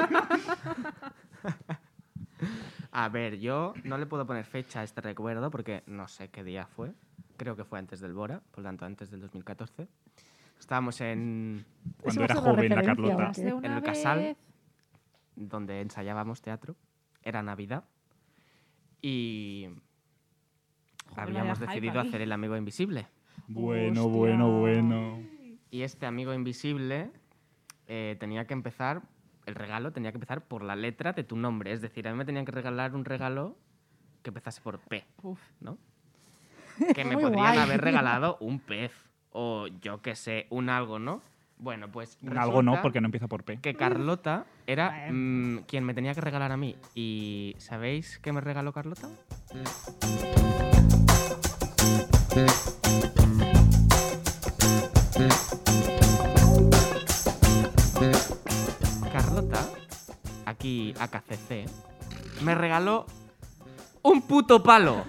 Speaker 3: a ver, yo no le puedo poner fecha a este recuerdo porque no sé qué día fue. Creo que fue antes del Bora, por lo tanto antes del 2014. Estábamos en
Speaker 5: Cuando
Speaker 6: va a
Speaker 5: era
Speaker 6: ser la
Speaker 5: joven la
Speaker 6: referencia,
Speaker 5: Carlota.
Speaker 6: ¿verdad?
Speaker 4: Hace una
Speaker 3: el casal
Speaker 4: vez-
Speaker 3: donde ensayábamos teatro. Era Navidad y
Speaker 4: Joder,
Speaker 3: habíamos
Speaker 4: vaya hype
Speaker 3: decidido
Speaker 4: aquí.
Speaker 3: hacer el amigo invisible.
Speaker 5: Bueno,
Speaker 4: Hostia.
Speaker 5: bueno, bueno.
Speaker 3: Y este amigo invisible eh, tenía que empezar, el regalo tenía que empezar por la letra de tu nombre. Es decir, a mí me tenían que regalar un regalo que empezase por P,
Speaker 4: Uf.
Speaker 3: ¿no? Que me
Speaker 6: Muy
Speaker 3: podrían
Speaker 6: guay.
Speaker 3: haber regalado un pez. o yo qué sé, un algo no. Bueno, pues.
Speaker 5: Un Algo no,
Speaker 3: resulta
Speaker 5: porque no empieza por P.
Speaker 3: Que Carlota era
Speaker 6: Vale.
Speaker 3: mm, quien me tenía que regalar a mí. ¿Y sabéis qué me regaló Carlota? Carlota, aquí AKCC, me regaló un puto palo.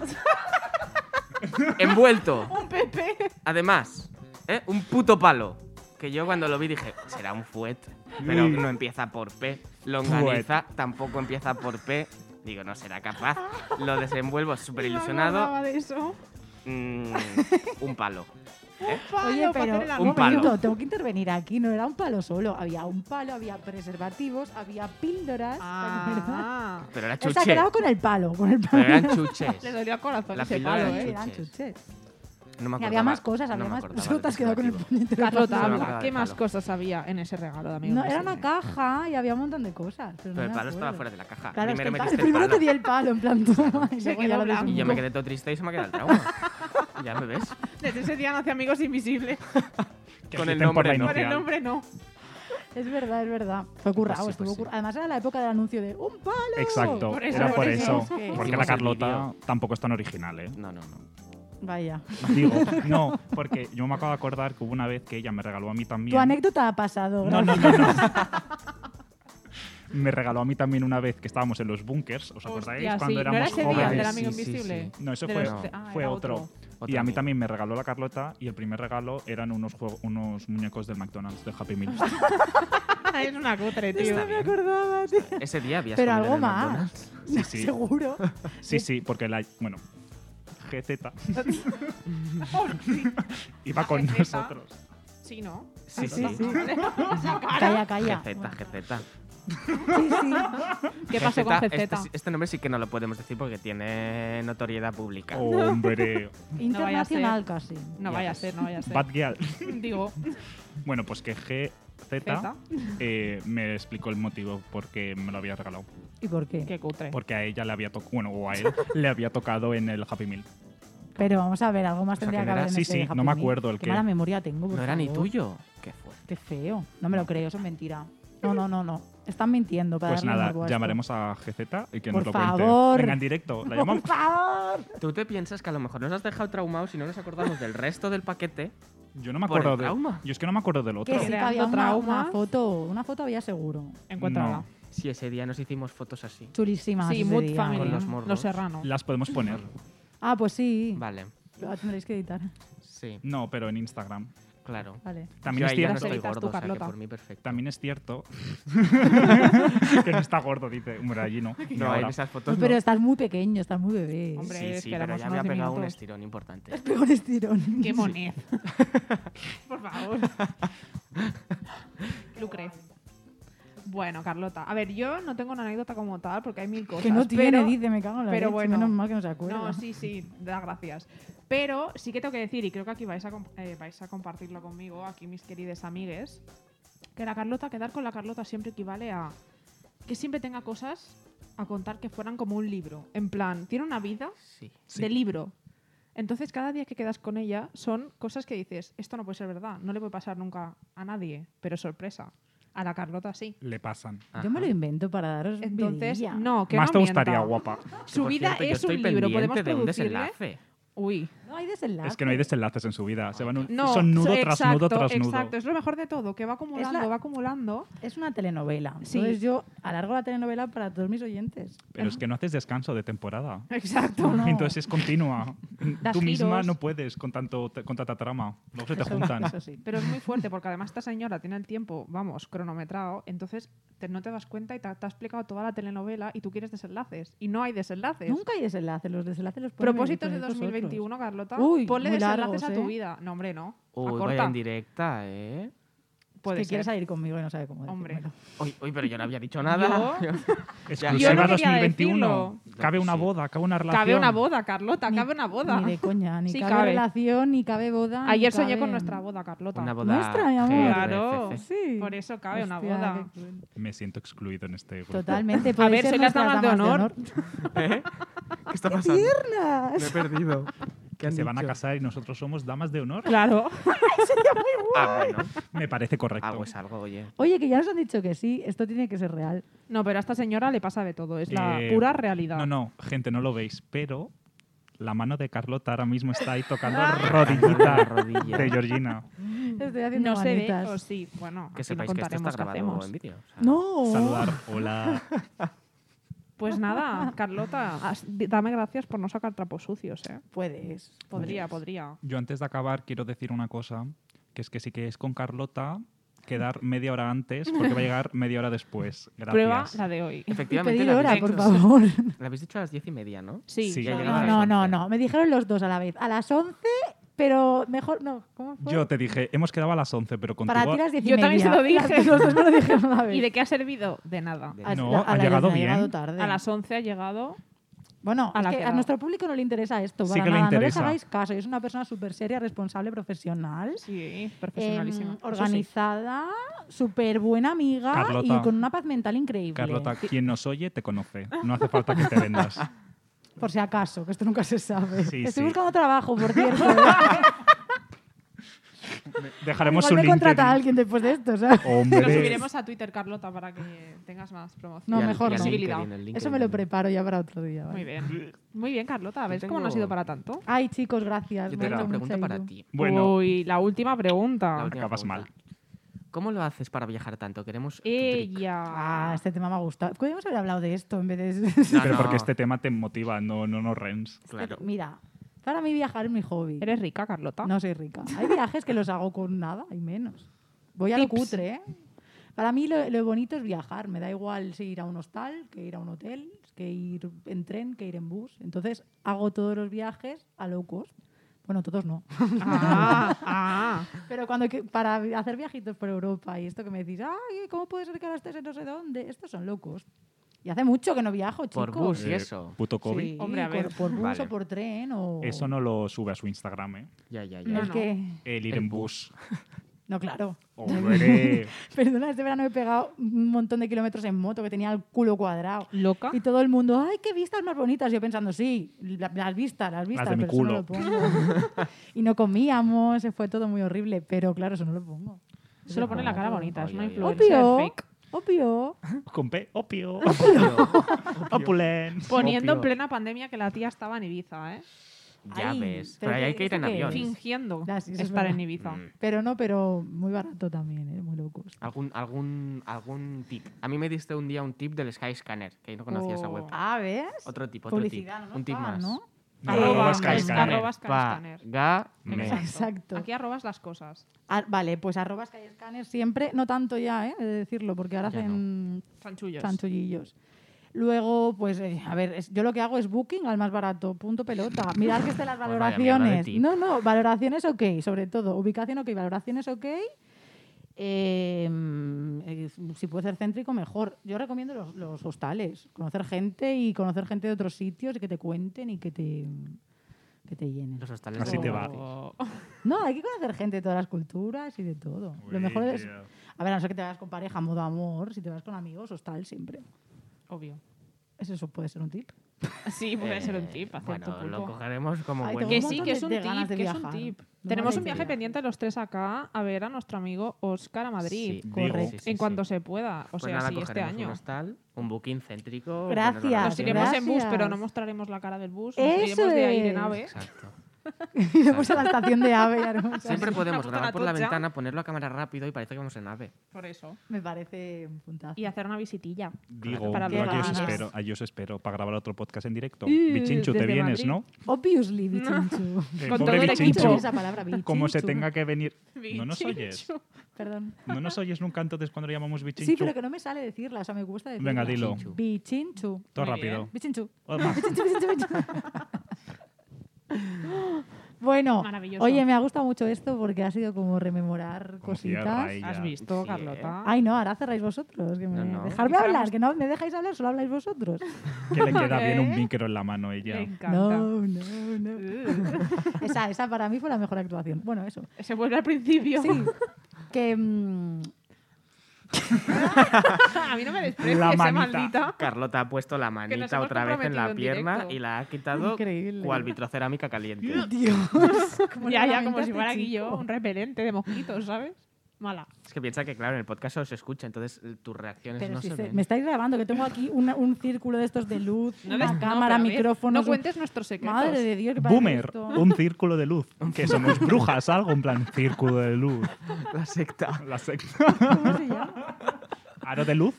Speaker 3: envuelto.
Speaker 4: Un Pepe.
Speaker 3: Además, ¿eh? un puto palo. Que yo cuando lo vi dije, será un fuet. Pero
Speaker 5: Mm.
Speaker 3: no empieza por P. Longaniza tampoco empieza por P. Digo, no será capaz. Lo desenvuelvo súper
Speaker 4: No
Speaker 3: ilusionado.
Speaker 4: me acordaba de eso.
Speaker 3: Mm, un palo. ¿eh?
Speaker 4: Palo
Speaker 6: Oye,
Speaker 4: para
Speaker 6: pero
Speaker 4: hacer el
Speaker 3: un
Speaker 4: arroz.
Speaker 3: palo.
Speaker 6: Yo tengo que intervenir aquí, no era un palo solo, había un palo, había preservativos, había píldoras. ¿verdad?
Speaker 4: Ah,
Speaker 3: Pero era
Speaker 6: Él se ha
Speaker 3: chuche. Eh,
Speaker 6: quedado con el palo, con el
Speaker 3: Pero
Speaker 6: palo.
Speaker 3: eran chuches.
Speaker 4: le dolió el corazón
Speaker 3: La
Speaker 4: ese
Speaker 3: píldora
Speaker 4: palo,
Speaker 3: de
Speaker 4: ¿eh?
Speaker 6: Eran
Speaker 3: chuches.
Speaker 6: chuches.
Speaker 3: No me
Speaker 6: Y había
Speaker 3: acordaba-
Speaker 6: más cosas,
Speaker 3: no
Speaker 6: había
Speaker 3: me
Speaker 6: más.
Speaker 3: acordaba
Speaker 6: Solo te has
Speaker 3: del
Speaker 6: quedado con el
Speaker 3: preservativo.
Speaker 6: puñetero
Speaker 4: Carlota,
Speaker 6: palo.
Speaker 3: habla.
Speaker 4: habla.
Speaker 3: del
Speaker 4: ¿Qué más
Speaker 3: palo.
Speaker 4: cosas había en ese regalo Pues de amigos?
Speaker 6: No,
Speaker 4: de
Speaker 6: era
Speaker 4: Sydney?
Speaker 6: una caja y había un montón de cosas. Pero, no
Speaker 3: Pero el
Speaker 6: me
Speaker 3: palo estaba
Speaker 6: acuerdo.
Speaker 3: fuera de la caja.
Speaker 6: Claro, es que
Speaker 3: primero
Speaker 6: el
Speaker 3: me
Speaker 6: palo-
Speaker 3: diste el
Speaker 6: primero
Speaker 3: palo.
Speaker 6: te di el palo, en plan toma, y
Speaker 4: Se
Speaker 6: luego
Speaker 4: quedó
Speaker 6: ya
Speaker 4: blanco.
Speaker 6: lo
Speaker 3: Y yo me
Speaker 6: desenvolví.
Speaker 3: quedé todo triste y se me ha quedado el trauma. ya me ves.
Speaker 4: Desde ese día nace Amigos Invisibles.
Speaker 5: Que
Speaker 3: Con el
Speaker 5: empiecen por
Speaker 3: nombre,
Speaker 5: la
Speaker 3: ¿no?
Speaker 4: Por el
Speaker 5: inicial.
Speaker 4: nombre no.
Speaker 6: Es verdad, es verdad. Fue currado,
Speaker 3: Pues sí,
Speaker 6: estuvo
Speaker 3: pues sí.
Speaker 6: currado. Además era la época del anuncio de un palo.
Speaker 5: Exacto,
Speaker 4: Por eso,
Speaker 5: era
Speaker 4: por
Speaker 5: por
Speaker 4: eso.
Speaker 5: eso.
Speaker 6: Es que-
Speaker 5: Porque
Speaker 3: Hicimos
Speaker 5: la
Speaker 3: el
Speaker 5: Carlota
Speaker 3: vídeo.
Speaker 5: tampoco es tan original, ¿eh?
Speaker 3: No, no, no.
Speaker 6: Vaya.
Speaker 5: Digo, no, porque yo me acabo de acordar que hubo una vez que ella me regaló a mí también.
Speaker 6: Tu anécdota ha pasado.
Speaker 5: No, no,
Speaker 6: gracias.
Speaker 5: no, no. me regaló a mí también una vez que estábamos en los bunkers, ¿os acordáis?
Speaker 4: Hostia,
Speaker 5: Cuando
Speaker 4: sí. ¿No era
Speaker 5: éramos
Speaker 4: ese
Speaker 5: jóvenes.
Speaker 4: día del
Speaker 3: Sí,
Speaker 4: Amigo
Speaker 3: sí, sí,
Speaker 4: Invisible?
Speaker 3: sí.
Speaker 5: No, eso
Speaker 4: De
Speaker 5: fue,
Speaker 4: los-
Speaker 3: no,
Speaker 4: ah,
Speaker 5: fue
Speaker 4: era
Speaker 5: otro.
Speaker 3: Otro
Speaker 5: Y a mí
Speaker 3: amigo.
Speaker 5: también me regaló la Carlota y el primer regalo eran unos, juego- unos muñecos del McDonald's, de Happy Meal.
Speaker 4: es una cutre, tío.
Speaker 6: No me acordaba, tío.
Speaker 3: Ese día había
Speaker 6: Pero algo más.
Speaker 5: Sí, sí.
Speaker 6: Seguro.
Speaker 5: Sí, sí, porque la... Bueno, GZ iba con
Speaker 4: GZ.
Speaker 5: nosotros.
Speaker 4: Sí, ¿no?
Speaker 3: Sí,
Speaker 6: Sí,
Speaker 3: sí.
Speaker 6: sí.
Speaker 4: Esa cara.
Speaker 6: Calla, calla.
Speaker 3: GZ, GZ.
Speaker 6: Sí, sí.
Speaker 4: ¿Qué pasó con GZ?
Speaker 3: Este, este nombre sí que no lo podemos decir porque tiene notoriedad pública.
Speaker 4: Oh,
Speaker 5: Hombre,
Speaker 6: Internacional casi.
Speaker 3: Ya
Speaker 4: No vaya a
Speaker 3: ves.
Speaker 4: ser, no vaya a ser.
Speaker 5: Bad Girl.
Speaker 4: Digo,
Speaker 5: Bueno, pues que GZ
Speaker 4: Z.
Speaker 5: eh, me explicó el motivo por qué me lo había regalado.
Speaker 6: ¿Y por qué?
Speaker 4: qué cutre.
Speaker 5: Porque a ella le había tocado, bueno, o a él le había tocado en el Happy Meal.
Speaker 6: Pero vamos a ver, algo más
Speaker 5: O sea,
Speaker 6: tendría
Speaker 5: que
Speaker 6: que
Speaker 5: no
Speaker 6: haber
Speaker 5: era-
Speaker 6: en
Speaker 5: sí,
Speaker 6: ese
Speaker 5: sí,
Speaker 6: Happy
Speaker 5: no me
Speaker 6: Meal.
Speaker 5: acuerdo el
Speaker 6: Qué
Speaker 5: que-
Speaker 6: mala memoria tengo, por
Speaker 3: No era ni
Speaker 6: favor.
Speaker 3: tuyo. Qué fuerte.
Speaker 6: Qué feo. No me lo creo, eso es mentira. No, no, no, no. Están mintiendo para
Speaker 5: Pues
Speaker 6: darle
Speaker 5: nada,
Speaker 6: morbo a esto.
Speaker 5: llamaremos a GZ y que
Speaker 6: Por
Speaker 5: nos lo
Speaker 6: favor.
Speaker 5: cuente. Venga, en directo. La
Speaker 6: Por
Speaker 5: llamamos.
Speaker 6: favor.
Speaker 3: ¿Tú te piensas que a lo mejor nos has dejado traumados y no nos acordamos del resto del paquete?
Speaker 5: Yo no me
Speaker 3: Por el
Speaker 5: acuerdo de.
Speaker 3: trauma.
Speaker 5: Yo es que no me acuerdo del otro.
Speaker 6: Que sí que
Speaker 4: Creando
Speaker 6: había una, una
Speaker 4: traumas.
Speaker 6: foto. Una foto había seguro.
Speaker 4: Encuéntrala.
Speaker 5: No.
Speaker 3: Si ese día nos hicimos fotos así.
Speaker 6: Chulísima.
Speaker 4: Sí,
Speaker 6: ese
Speaker 4: Mood
Speaker 6: día.
Speaker 4: Family.
Speaker 3: Con los
Speaker 4: Los,
Speaker 3: morros.
Speaker 4: serranos.
Speaker 5: Las podemos poner.
Speaker 6: Ah, pues sí.
Speaker 3: Vale.
Speaker 6: Lo tendréis que editar.
Speaker 3: Sí,
Speaker 5: No, pero en Instagram.
Speaker 3: claro.
Speaker 6: Vale.
Speaker 5: También
Speaker 3: Yo
Speaker 5: es
Speaker 3: ahí ya no
Speaker 5: cierto.
Speaker 3: estoy
Speaker 4: Felicitas
Speaker 3: gordo,
Speaker 4: tú,
Speaker 3: o sea que
Speaker 4: Carlota.
Speaker 3: por mí perfecto.
Speaker 5: También es cierto que no está gordo, dice. Hombre, allí no. ni
Speaker 3: No, en
Speaker 5: ahora.
Speaker 3: esas fotos
Speaker 6: Pero
Speaker 3: no.
Speaker 6: estás muy pequeño, estás muy bebé.
Speaker 4: Hombre,
Speaker 3: Sí,
Speaker 4: es
Speaker 3: sí,
Speaker 4: que
Speaker 3: pero
Speaker 4: éramos
Speaker 3: ya me ha
Speaker 4: unos
Speaker 3: pegado un
Speaker 4: diminutos.
Speaker 3: estirón importante.
Speaker 6: Pegó el estirón.
Speaker 4: Qué moned. Por favor. Lucre. Bueno, Carlota. A ver, yo no tengo una anécdota como tal porque hay mil cosas.
Speaker 6: Que no tiene,
Speaker 4: pero-
Speaker 6: dice, me cago en la
Speaker 4: pero
Speaker 6: leche,
Speaker 4: bueno.
Speaker 6: menos mal que no se acuerda.
Speaker 4: No, sí, sí, da gracias. Pero sí que tengo que decir, y creo que aquí vais a, comp- eh, vais a compartirlo conmigo, aquí mis queridas amigues, que la Carlota, quedar con la Carlota siempre equivale a que siempre tenga cosas a contar que fueran como un libro. En plan, tiene una vida
Speaker 3: Sí.
Speaker 4: de libro. Entonces, cada día que quedas con ella son cosas que dices, esto no puede ser verdad, no le puede pasar nunca a nadie, pero sorpresa, a la Carlota sí.
Speaker 5: Le pasan.
Speaker 3: Ajá.
Speaker 6: Yo me lo invento para daros
Speaker 4: Entonces,
Speaker 6: vidilla.
Speaker 4: no, que
Speaker 5: Más
Speaker 4: no
Speaker 5: te gustaría,
Speaker 4: mienta.
Speaker 5: guapa.
Speaker 3: Que,
Speaker 4: Su
Speaker 3: por
Speaker 4: vida
Speaker 3: cierto, yo
Speaker 4: es
Speaker 3: estoy
Speaker 4: un libro,
Speaker 3: pendiente
Speaker 4: podemos
Speaker 3: de un
Speaker 4: producirle-
Speaker 3: desenlace.
Speaker 4: Uy,
Speaker 6: No hay desenlace.
Speaker 5: Es que no hay desenlaces en su vida. Se van un-
Speaker 4: No,
Speaker 5: son nudo
Speaker 4: so-
Speaker 5: tras nudo
Speaker 4: exacto,
Speaker 5: tras nudo.
Speaker 4: Exacto, es lo mejor de todo, que va acumulando,
Speaker 6: la-
Speaker 4: va acumulando.
Speaker 6: Es una telenovela.
Speaker 4: Sí.
Speaker 6: Entonces yo alargo la telenovela para todos mis oyentes.
Speaker 5: Pero es que no haces descanso de temporada.
Speaker 4: Exacto.
Speaker 6: No, no.
Speaker 5: Entonces es continua.
Speaker 4: Das
Speaker 5: Tú misma
Speaker 4: giros.
Speaker 5: no puedes con, tanto, con tanta trama. Luego se te
Speaker 6: Eso-
Speaker 5: juntan.
Speaker 6: Eso sí.
Speaker 4: Pero es muy fuerte porque además esta señora tiene el tiempo, vamos, cronometrado, entonces te- no te das cuenta y te, te ha explicado toda la telenovela y tú quieres desenlaces. Y no hay desenlaces.
Speaker 6: Nunca hay desenlace. Los desenlaces los ponen
Speaker 4: Propósitos de
Speaker 6: Pues vosotros.
Speaker 4: 2021, Carlota.
Speaker 6: Uy,
Speaker 4: ponle
Speaker 6: muy
Speaker 4: desenlaces
Speaker 6: largos,
Speaker 4: a tu
Speaker 6: ¿eh?
Speaker 4: vida. No, hombre, no.
Speaker 3: Uy, vaya
Speaker 4: Acorta.
Speaker 3: en directa, ¿eh?
Speaker 6: Es
Speaker 4: Puede
Speaker 6: que quiere
Speaker 4: ser.
Speaker 6: salir conmigo y no sabe cómo
Speaker 4: Hombre.
Speaker 6: decírmelo.
Speaker 3: Uy, uy, pero yo no había dicho nada.
Speaker 5: Exclusiva
Speaker 4: Yo no quería
Speaker 5: 2021.
Speaker 3: decirlo.
Speaker 5: Cabe una
Speaker 3: Sí.
Speaker 5: boda, cabe una relación.
Speaker 4: Cabe una boda, Carlota,
Speaker 6: Ni-
Speaker 4: cabe una boda.
Speaker 6: Ni de coña, ni
Speaker 4: Sí,
Speaker 6: cabe,
Speaker 4: cabe.
Speaker 6: relación, ni cabe boda. ni
Speaker 4: Ayer soñé con
Speaker 6: cabe-
Speaker 4: nuestra boda, Carlota.
Speaker 3: Una boda.
Speaker 6: Nuestra, mi amor.
Speaker 3: GRFC.
Speaker 4: Claro.
Speaker 6: Sí.
Speaker 4: Por eso cabe una
Speaker 6: Hostia,
Speaker 4: boda.
Speaker 6: qué cool.
Speaker 5: Me siento excluido en este grupo.
Speaker 6: Totalmente.
Speaker 4: ver,
Speaker 6: podéis ser
Speaker 4: soy las damas
Speaker 6: nuestras
Speaker 4: de honor.
Speaker 3: ¿Eh? ¿Qué está pasando?
Speaker 6: ¡Tiernas!
Speaker 3: perdido.
Speaker 7: ¿Qué han
Speaker 5: se van a
Speaker 7: dicho?
Speaker 5: casar y nosotros somos damas de honor.
Speaker 4: Claro.
Speaker 3: Ah, bueno.
Speaker 5: Me parece correcto.
Speaker 3: Algo es algo, oye.
Speaker 6: Oye, que ya nos han dicho que sí, esto tiene que ser real.
Speaker 4: No, pero a esta señora le pasa de todo. Es la
Speaker 5: Eh,
Speaker 4: pura realidad.
Speaker 5: No, no, gente, no lo veis, pero la mano de Carlota ahora mismo está ahí tocando rodillita
Speaker 3: La rodilla.
Speaker 5: de Georgina.
Speaker 6: Estoy haciendo
Speaker 4: Mm. No se ve.
Speaker 6: manitas.
Speaker 4: O sí. Bueno,
Speaker 3: Que
Speaker 4: aquí lo
Speaker 3: sepáis que esto está
Speaker 4: contaremos qué
Speaker 3: grabado
Speaker 4: hacemos.
Speaker 3: en vídeo. o sea,
Speaker 6: No.
Speaker 5: Saludar, hola.
Speaker 4: Pues nada, Carlota, as- di- dame gracias por no sacar trapos sucios, ¿eh?
Speaker 6: Puedes.
Speaker 4: Podría, podría.
Speaker 5: Yo antes de acabar quiero decir una cosa, que es que si queréis con Carlota, quedar media hora antes porque va a llegar media hora después.
Speaker 4: Prueba
Speaker 5: Gracias.
Speaker 4: la de hoy.
Speaker 6: Y
Speaker 3: Efectivamente.
Speaker 6: pedir
Speaker 3: la
Speaker 6: hora,
Speaker 3: habéis
Speaker 6: por
Speaker 3: dicho-
Speaker 6: favor.
Speaker 3: La habéis dicho a las diez y media, ¿no?
Speaker 4: Sí,
Speaker 5: Sí,
Speaker 3: ya
Speaker 4: sí.
Speaker 3: llegamos.
Speaker 6: No, no, no, no. Me dijeron los dos a la vez. A las 11, pero mejor no. ¿Cómo fue?
Speaker 5: Yo te dije, hemos quedado a las 11, pero contigo...
Speaker 6: Para ti las diez y
Speaker 4: Yo también se
Speaker 6: media.
Speaker 4: lo dije.
Speaker 6: Las- Los dos no lo dijeron a la vez.
Speaker 4: ¿Y de qué ha servido? De nada.
Speaker 3: De-
Speaker 6: A-
Speaker 5: No,
Speaker 6: la-
Speaker 5: ha
Speaker 6: a la
Speaker 5: llegado
Speaker 6: diez,
Speaker 5: bien.
Speaker 6: Ha llegado tarde.
Speaker 4: A las 11 ha llegado.
Speaker 6: Bueno,
Speaker 4: a
Speaker 6: es
Speaker 4: la
Speaker 6: que a
Speaker 4: quedada.
Speaker 6: nuestro público no le interesa esto.
Speaker 5: Sí
Speaker 6: para
Speaker 5: que le
Speaker 6: nada. No les
Speaker 5: interesa.
Speaker 6: hagáis caso. Es una persona súper seria, responsable, profesional.
Speaker 4: Sí,
Speaker 6: em,
Speaker 4: profesionalísima. Eso sí.
Speaker 6: organizada, súper buena amiga
Speaker 5: Carlota.
Speaker 6: y con una paz mental increíble.
Speaker 5: Carlota, quien nos oye te conoce. No hace falta que te vendas.
Speaker 6: Por si acaso, que esto nunca se sabe.
Speaker 5: Sí,
Speaker 6: Estoy
Speaker 5: sí.
Speaker 6: buscando trabajo, por cierto.
Speaker 5: Dejaremos
Speaker 6: Igual
Speaker 5: un
Speaker 6: me
Speaker 5: link.
Speaker 6: contrata alguien después de esto, ¿sabes?
Speaker 4: Lo
Speaker 5: Hombre,
Speaker 4: subiremos a Twitter, Carlota, para que tengas más promoción.
Speaker 6: No,
Speaker 3: y al-
Speaker 6: mejor
Speaker 3: y al
Speaker 6: no.
Speaker 3: LinkedIn,
Speaker 4: Visibilidad.
Speaker 3: el
Speaker 6: Eso me lo
Speaker 3: LinkedIn.
Speaker 6: preparo ya para otro día. ¿vale?
Speaker 4: Muy bien. Muy bien, Carlota. ¿Ves
Speaker 3: Yo
Speaker 4: cómo no ha sido
Speaker 3: tengo-
Speaker 4: para tanto?
Speaker 6: Ay, chicos, gracias.
Speaker 3: Yo
Speaker 6: me
Speaker 3: tengo una
Speaker 6: ha hecho
Speaker 3: pregunta
Speaker 6: mucha
Speaker 3: para
Speaker 6: ilu.
Speaker 3: ti.
Speaker 5: bueno,
Speaker 4: Uy, la última
Speaker 3: La
Speaker 4: pregunta.
Speaker 3: última
Speaker 5: acabas
Speaker 3: pregunta. ¿Cómo lo haces para viajar tanto? Queremos. tu
Speaker 4: Eh,
Speaker 3: trick.
Speaker 4: Ella.
Speaker 6: Ah, este tema me ha gustado. Podríamos haber hablado de esto en vez de...
Speaker 3: No,
Speaker 5: pero
Speaker 3: no,
Speaker 5: porque este tema te motiva, no no nos rens.
Speaker 3: Claro.
Speaker 6: Mira, para mí viajar es mi hobby.
Speaker 4: ¿Eres rica, Carlota?
Speaker 6: No soy rica. Hay viajes que los hago con nada, hay menos. Voy a lo
Speaker 4: Tips.
Speaker 6: cutre, ¿eh? Para mí lo, lo bonito es viajar. Me da igual si ir a un hostal, que ir a un hotel, que ir en tren, que ir en bus. Entonces hago todos los viajes a low cost. Bueno, todos no.
Speaker 4: Ah, ah.
Speaker 6: Pero cuando que- para hacer viajitos por Europa y esto que me decís, ay, ¿cómo puede ser que ahora estés en no sé dónde? Estos son low cost. Y hace mucho que no viajo, chicos.
Speaker 3: Por bus y eso.
Speaker 5: Eh, Puto COVID.
Speaker 6: Sí,
Speaker 4: Hombre, a
Speaker 6: por-
Speaker 4: ver.
Speaker 6: Por bus
Speaker 3: Vale.
Speaker 6: o por tren o...
Speaker 5: Eso no lo sube a su Instagram, ¿eh?
Speaker 3: Ya, ya, ya.
Speaker 4: No,
Speaker 6: Es
Speaker 4: no.
Speaker 6: que...
Speaker 5: El ir
Speaker 3: El
Speaker 5: en bus.
Speaker 6: No, claro.
Speaker 5: Hombre.
Speaker 6: Perdona, este verano he pegado un montón de kilómetros en moto que tenía el culo cuadrado.
Speaker 4: ¿Loca?
Speaker 6: Y todo el mundo, ¡ay, qué vistas más bonitas! Yo pensando, sí, la- las vistas, las vistas,
Speaker 5: de mi
Speaker 6: pero eso no
Speaker 5: culo.
Speaker 6: lo pongo. y no comíamos, se fue todo muy horrible, pero claro, eso no lo pongo.
Speaker 4: Solo pone la cara bonita. Es una influencer
Speaker 6: Opio,
Speaker 4: fake.
Speaker 6: opio.
Speaker 5: Con P. Opio. Opulent.
Speaker 4: Poniendo en
Speaker 3: Opio.
Speaker 4: plena pandemia que la tía estaba en Ibiza, ¿eh?
Speaker 3: Ya
Speaker 6: Ay,
Speaker 3: ves.
Speaker 6: pero
Speaker 3: Pero ahí
Speaker 6: que-
Speaker 3: hay que ir
Speaker 6: ¿eso
Speaker 3: en
Speaker 6: qué es?
Speaker 3: avión.
Speaker 4: Fingiendo
Speaker 6: Ah, sí, eso es
Speaker 4: estar en
Speaker 6: verdad.
Speaker 4: Ibiza.
Speaker 5: Mm.
Speaker 6: Pero no, pero muy barato también, ¿eh? muy locos.
Speaker 3: ¿Algún, algún, algún tip. A mí me diste un día un tip del Skyscanner, que no conocía esa web.
Speaker 4: Oh.
Speaker 6: Ah, ¿ves?
Speaker 3: Otro tip, otro tip.
Speaker 6: Publicidad, ¿no?
Speaker 3: Un tip
Speaker 6: Ah,
Speaker 3: más.
Speaker 6: ¿no?
Speaker 5: Arroba
Speaker 4: Arroba
Speaker 5: Skyscanner.
Speaker 4: arroba Skyscanner.
Speaker 5: Me.
Speaker 3: Paga.
Speaker 6: Exacto.
Speaker 4: Aquí arrobas las cosas.
Speaker 6: Ah, vale, pues arroba Skyscanner siempre, no tanto ya, ¿eh? he de decirlo, porque ahora
Speaker 3: Ya
Speaker 6: hacen
Speaker 4: Chanchullos.
Speaker 6: chanchullillos. Luego, pues, eh, a ver, es- yo lo que hago es booking al más barato, punto pelota. Mirar que estén las
Speaker 3: Pues vaya mierda de
Speaker 6: valoraciones.
Speaker 3: tip.
Speaker 6: No, no, valoraciones ok, sobre todo. Ubicación ok, valoraciones ok. Eh, mm, eh, si puede ser céntrico, mejor. Yo recomiendo los, los hostales, conocer gente y conocer gente de otros sitios y que te cuenten y que te, que te llenen.
Speaker 3: Los hostales
Speaker 5: Así
Speaker 3: de
Speaker 5: te
Speaker 3: Madrid.
Speaker 4: Oh.
Speaker 6: No, hay que conocer gente de todas las culturas y de todo. Lo mejor es. A ver, a no ser que te vayas con pareja, modo amor, si te vas con amigos, hostal siempre.
Speaker 4: Obvio.
Speaker 6: Eso eso puede ser un tip.
Speaker 4: Sí, puede ser un tip.
Speaker 3: Eh,
Speaker 4: hacer tu
Speaker 3: Bueno, lo
Speaker 4: pulpo.
Speaker 3: cogeremos como
Speaker 6: Ay,
Speaker 3: bueno.
Speaker 4: Que
Speaker 6: Un
Speaker 4: sí,
Speaker 6: montón
Speaker 4: que
Speaker 6: de-
Speaker 4: es un
Speaker 6: de
Speaker 4: tip,
Speaker 6: ganas de
Speaker 4: que es un
Speaker 6: viajar.
Speaker 4: tip.
Speaker 6: No
Speaker 4: Tenemos
Speaker 6: vale
Speaker 4: un viaje
Speaker 6: idea.
Speaker 4: pendiente los tres acá a ver a nuestro amigo Oscar a Madrid.
Speaker 3: Sí,
Speaker 5: Digo.
Speaker 6: Correcto.
Speaker 3: sí, sí.
Speaker 4: en cuanto se pueda, o
Speaker 3: Pues
Speaker 4: sea,
Speaker 3: nada,
Speaker 4: sí, este
Speaker 3: cogeremos
Speaker 4: año. ¿eh?
Speaker 3: Un, hostal, un booking céntrico.
Speaker 6: Gracias.
Speaker 3: que nos
Speaker 4: Nos iremos en bus,
Speaker 6: Gracias.
Speaker 4: pero no mostraremos la cara del bus.
Speaker 6: Eso
Speaker 4: Nos iremos de aire
Speaker 6: es.
Speaker 4: nave.
Speaker 3: Exacto.
Speaker 6: Iremos a la estación de AVE y haremos así.
Speaker 3: Siempre podemos
Speaker 4: Una
Speaker 3: grabar por la
Speaker 4: tocha.
Speaker 3: ventana, ponerlo a cámara rápido y parece que vamos en nave.
Speaker 4: Por eso.
Speaker 6: Me parece un puntazo.
Speaker 4: Y hacer una visitilla.
Speaker 5: Digo,
Speaker 4: Para
Speaker 5: yo aquí os
Speaker 6: viajar.
Speaker 5: espero, ahí os espero para grabar otro podcast en directo.
Speaker 4: Uh,
Speaker 5: Bichinchu, te
Speaker 4: desde
Speaker 5: vienes,
Speaker 4: Madrid.
Speaker 5: ¿no?
Speaker 6: Obviously, bichinchu.
Speaker 5: El
Speaker 4: Con
Speaker 5: pobre
Speaker 4: todo el
Speaker 5: Bichinchu,
Speaker 4: equipo.
Speaker 6: Esa palabra, bichinchu.
Speaker 5: Como se tenga que venir. No nos oyes.
Speaker 4: Bichinchu.
Speaker 6: Perdón.
Speaker 5: No nos oyes nunca entonces cuando le llamamos Bichinchu.
Speaker 6: Sí, pero que no me sale decirla, o sea, me gusta decirla.
Speaker 5: Venga, dilo.
Speaker 3: Bichinchu.
Speaker 6: Bichinchu.
Speaker 5: Todo
Speaker 4: Muy
Speaker 5: rápido.
Speaker 6: Bichinchu.
Speaker 5: O más.
Speaker 6: Bichinchu, bichinchu, bichinchu. Bueno,
Speaker 4: Maravilloso.
Speaker 6: oye, me ha gustado mucho esto porque ha sido como rememorar
Speaker 5: Como cierra
Speaker 6: cositas.
Speaker 5: ella.
Speaker 4: ¿Has visto,
Speaker 3: Sí, eh.
Speaker 4: Carlota?
Speaker 6: Ay, no, ahora cerráis vosotros. Que me-
Speaker 3: No, no.
Speaker 6: Dejadme
Speaker 4: Cerramos.
Speaker 6: hablar, que no me dejáis hablar, solo habláis vosotros.
Speaker 5: Que le queda bien un
Speaker 4: Ok.
Speaker 5: micro en la mano ella.
Speaker 4: Me encanta. Uh,
Speaker 6: No, no, no. Esa, esa para mí fue la mejor actuación. Bueno, eso.
Speaker 4: Se vuelve al principio.
Speaker 6: Sí. Que. mm,
Speaker 4: a mí no me desprecies,
Speaker 5: La
Speaker 4: eh,
Speaker 5: manita.
Speaker 4: maldita.
Speaker 3: Carlota ha puesto la
Speaker 4: nos
Speaker 3: manita
Speaker 4: hemos
Speaker 3: otra vez en la
Speaker 4: comprometido en
Speaker 3: pierna
Speaker 4: directo.
Speaker 3: y la ha quitado
Speaker 6: Increíble.
Speaker 3: cual vitrocerámica caliente.
Speaker 6: Dios. ¿cómo le
Speaker 4: Ya, ya,
Speaker 6: lamenta
Speaker 4: como si
Speaker 6: este
Speaker 4: fuera aquí yo
Speaker 6: chico?
Speaker 4: un repelente de mosquitos, ¿sabes? Mala.
Speaker 3: Es que piensa que, claro, en el podcast solo se escucha, entonces eh, tus reacciones
Speaker 5: Pues
Speaker 6: Pero
Speaker 3: no
Speaker 6: si
Speaker 3: se,
Speaker 6: se-
Speaker 3: ven.
Speaker 6: me estáis grabando, que tengo aquí una- un círculo de estos de luz, una
Speaker 4: des-
Speaker 6: cámara,
Speaker 4: pero a ver,
Speaker 6: micrófonos.
Speaker 4: No cuentes nuestros secretos.
Speaker 6: Madre de Dios, qué padre
Speaker 5: Boomer,
Speaker 6: esto.
Speaker 5: un círculo de luz. Que somos brujas, algo en plan círculo de luz.
Speaker 3: La secta.
Speaker 5: La secta.
Speaker 6: ¿Cómo se llama?
Speaker 5: Aro de luz.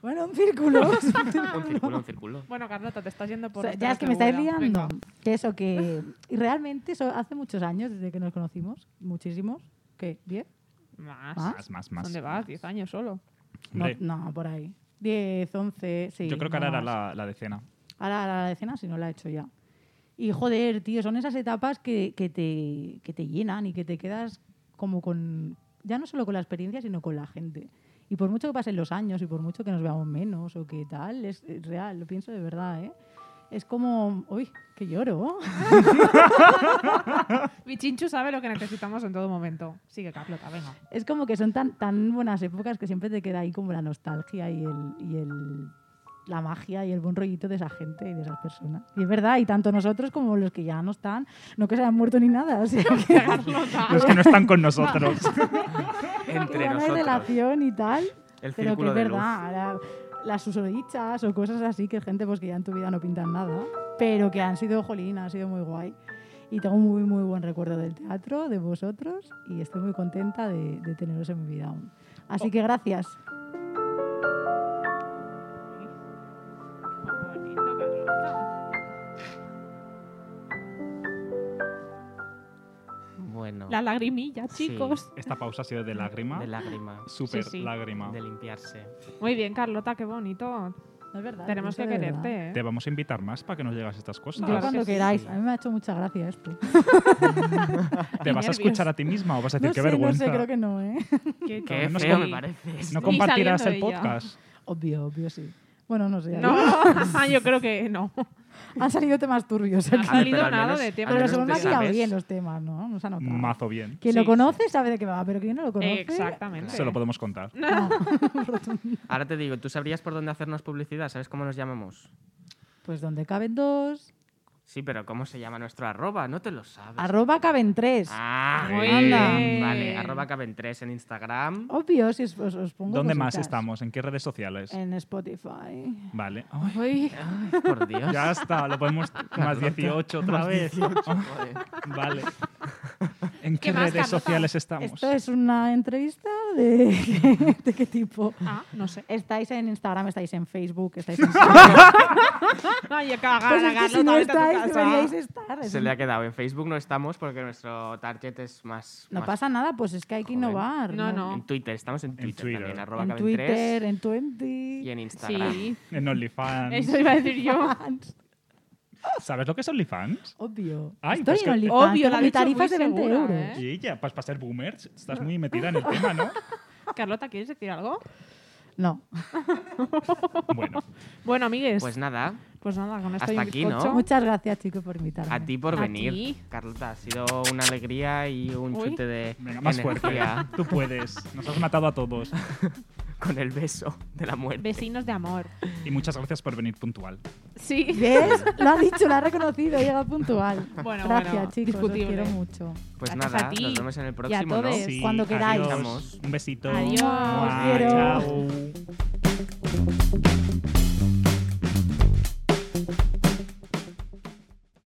Speaker 6: Bueno, un círculo.
Speaker 3: Un círculo, un círculo.
Speaker 4: Bueno, Carlota, te estás yendo
Speaker 6: O
Speaker 4: por.
Speaker 6: sea,
Speaker 4: los
Speaker 6: ya es que me
Speaker 4: temas de
Speaker 6: estáis
Speaker 4: abuela.
Speaker 6: liando.
Speaker 4: Venga.
Speaker 6: Que eso, que. Y realmente, eso hace muchos años desde que nos conocimos, muchísimos. ¿Qué? ¿Diez?
Speaker 4: Más.
Speaker 6: ¿Más?
Speaker 5: Más, más, más.
Speaker 4: ¿Ah? ¿Dónde vas? Diez años solo.
Speaker 6: No,
Speaker 5: Hombre,
Speaker 6: no, por ahí. Diez, once, sí.
Speaker 5: yo creo que ahora
Speaker 6: no
Speaker 5: era
Speaker 6: más.
Speaker 5: la, la decena.
Speaker 6: Ahora la decena, si no la he hecho ya. Y joder, tío, son esas etapas que, que te, que te llenan y que te quedas como con. Ya no solo con la experiencia, sino con la gente. Y por mucho que pasen los años y por mucho que nos veamos menos o que tal, es, es real, lo pienso de verdad, ¿eh? Es como. Uy, que lloro.
Speaker 4: Bichinchu sabe lo que necesitamos en todo momento. Sigue, Carlota, venga.
Speaker 6: Es como que son tan, tan buenas épocas que siempre te queda ahí como la nostalgia y el. y el- la magia y el buen rollito de esa gente y de esas personas. Y es verdad, y tanto nosotros como los que ya no están, no que se hayan muerto ni nada. o sea que-
Speaker 4: Ah.
Speaker 5: Los que no están con nosotros.
Speaker 6: que
Speaker 3: Entre
Speaker 6: ya no hay
Speaker 3: nosotros.
Speaker 6: relación y tal,
Speaker 3: El
Speaker 6: pero que
Speaker 3: círculo
Speaker 6: es
Speaker 3: de luz.
Speaker 6: verdad, la- las susodichas o cosas así, que gente pues que ya en tu vida no pintan nada, pero que han sido, jolín, han sido muy guay. Y tengo muy, muy buen recuerdo del teatro, de vosotros, y estoy muy contenta de, de teneros en mi vida aún.
Speaker 3: Oh.
Speaker 6: Así que gracias.
Speaker 3: Bueno,
Speaker 4: La lagrimilla,
Speaker 3: Sí.
Speaker 4: chicos.
Speaker 5: Esta pausa ha sido de lágrima.
Speaker 3: de lágrima.
Speaker 5: Súper
Speaker 4: Sí, sí.
Speaker 5: lágrima.
Speaker 3: De limpiarse.
Speaker 4: Muy bien, Carlota, qué bonito.
Speaker 6: No es verdad.
Speaker 4: Tenemos
Speaker 6: lo
Speaker 4: que
Speaker 6: pienso de verdad.
Speaker 4: quererte, ¿eh?
Speaker 5: Te vamos a invitar más para que nos llegas estas
Speaker 6: Yo
Speaker 5: cosas.
Speaker 4: Claro
Speaker 6: cuando
Speaker 4: que sí.
Speaker 6: queráis. A mí me ha hecho mucha gracia esto.
Speaker 5: ¿Te vas a
Speaker 4: nervios.
Speaker 5: escuchar a ti misma o vas a decir
Speaker 6: No
Speaker 5: qué
Speaker 6: sé, no
Speaker 5: vergüenza?
Speaker 6: sé, creo que no, ¿eh?
Speaker 4: Qué,
Speaker 3: Qué
Speaker 5: no nos
Speaker 3: feo
Speaker 5: com-
Speaker 3: me parece.
Speaker 5: No
Speaker 4: Y
Speaker 5: compartirás el
Speaker 4: saliendo ella.
Speaker 5: podcast.
Speaker 6: Obvio, obvio, sí. Bueno, no sé.
Speaker 4: No, Ah, yo creo que no.
Speaker 6: Han salido temas turbios
Speaker 4: No ha
Speaker 6: aquí.
Speaker 3: pero
Speaker 4: salido
Speaker 3: al
Speaker 4: nada
Speaker 3: menos-
Speaker 4: de tema.
Speaker 3: al
Speaker 6: Pero
Speaker 3: menos
Speaker 6: se
Speaker 3: te
Speaker 6: nos han pillado
Speaker 3: sabes.
Speaker 6: bien los temas, ¿no? Nos han notado.
Speaker 5: Mazo bien.
Speaker 6: Quien
Speaker 4: Sí,
Speaker 6: lo conoce sabe de qué va, pero quien no lo conoce.
Speaker 4: Exactamente.
Speaker 5: Se lo podemos contar.
Speaker 6: no.
Speaker 3: Ahora te digo, ¿tú sabrías por dónde hacernos publicidad? ¿Sabes cómo nos llamamos?
Speaker 6: Pues donde caben dos.
Speaker 3: Sí, pero ¿cómo se llama nuestro arroba? No te lo sabes.
Speaker 6: Arroba caben tres.
Speaker 3: Ah,
Speaker 4: Muy
Speaker 3: anda.
Speaker 4: bien.
Speaker 3: Vale, arroba caben3 en Instagram.
Speaker 6: Obvio, si os, os- os pongo.
Speaker 5: ¿Dónde más
Speaker 6: cositas.
Speaker 5: estamos? ¿En qué redes sociales?
Speaker 6: En Spotify.
Speaker 5: Vale. Ay,
Speaker 3: Ay, por Dios.
Speaker 5: ya está, lo podemos. más 18 otra vez.
Speaker 3: Joder.
Speaker 5: Vale. ¿En qué,
Speaker 4: ¿Qué más,
Speaker 5: redes
Speaker 4: Carlota?
Speaker 5: sociales estamos?
Speaker 6: Esto es una entrevista de, de qué tipo.
Speaker 4: Ah, no sé.
Speaker 6: Estáis en Instagram, estáis en Facebook, estáis en.
Speaker 4: Ay, a cagar,
Speaker 6: pues
Speaker 4: a
Speaker 6: es que
Speaker 4: Carlota,
Speaker 6: si no
Speaker 4: vete a tu
Speaker 6: estáis,
Speaker 4: casa.
Speaker 6: deberíais estar. es
Speaker 3: Se
Speaker 6: un-
Speaker 3: le ha quedado. En Facebook no estamos porque nuestro target es más.
Speaker 6: No
Speaker 3: más-
Speaker 6: pasa nada, pues es que hay que
Speaker 3: Joder.
Speaker 6: innovar.
Speaker 4: No, no.
Speaker 3: En Twitter, estamos en Twitter,
Speaker 5: Twitter.
Speaker 3: también, arroba
Speaker 6: En
Speaker 3: caben3
Speaker 6: Twitter, en
Speaker 3: y
Speaker 6: 20.
Speaker 3: en Instagram.
Speaker 4: Sí,
Speaker 5: En OnlyFans.
Speaker 4: eso iba a decir yo.
Speaker 5: ¿Sabes lo que es OnlyFans?
Speaker 6: Obvio.
Speaker 5: Ay,
Speaker 6: Estoy
Speaker 5: pues
Speaker 6: en
Speaker 5: que-
Speaker 6: OnlyFans.
Speaker 4: Obvio,
Speaker 6: tengo
Speaker 4: la ha
Speaker 6: mi
Speaker 4: dicho
Speaker 6: tarifa
Speaker 4: muy
Speaker 6: es de 20
Speaker 4: segura,
Speaker 6: euros.
Speaker 4: ¿eh?
Speaker 5: Y ya, pues, para ser boomer, estás muy metida en el tema, ¿no?
Speaker 4: Carlota, ¿quieres decir algo?
Speaker 6: No.
Speaker 5: Bueno,
Speaker 4: Bueno, amigues,
Speaker 3: Pues nada,
Speaker 4: pues nada, con esto
Speaker 3: hasta
Speaker 4: y un
Speaker 3: aquí, ¿no?
Speaker 4: bizcocho.
Speaker 6: Muchas gracias, chicos, por invitarme.
Speaker 3: a ti por
Speaker 4: A
Speaker 3: venir.
Speaker 4: ti.
Speaker 3: Carlota, ha sido una alegría y un
Speaker 4: Uy.
Speaker 3: chute de
Speaker 5: venga, más fuerte.
Speaker 3: energía
Speaker 5: Tú puedes. Nos has matado a todos.
Speaker 3: con el beso de la muerte.
Speaker 4: Vecinos de amor.
Speaker 5: Y muchas gracias por venir puntual.
Speaker 4: Sí.
Speaker 6: ¿Ves? Lo ha dicho, lo ha reconocido, llega puntual.
Speaker 4: Bueno,
Speaker 6: gracias,
Speaker 4: bueno,
Speaker 6: chicos,
Speaker 4: discutible.
Speaker 6: os quiero mucho.
Speaker 3: Pues
Speaker 4: Gracias
Speaker 3: nada,
Speaker 4: a ti
Speaker 3: nos vemos en el próximo, ¿no?
Speaker 6: todes. Sí, cuando queráis.
Speaker 5: adiós. Un besito.
Speaker 4: Adiós.
Speaker 5: Mua,
Speaker 6: Os quiero.
Speaker 5: Chao.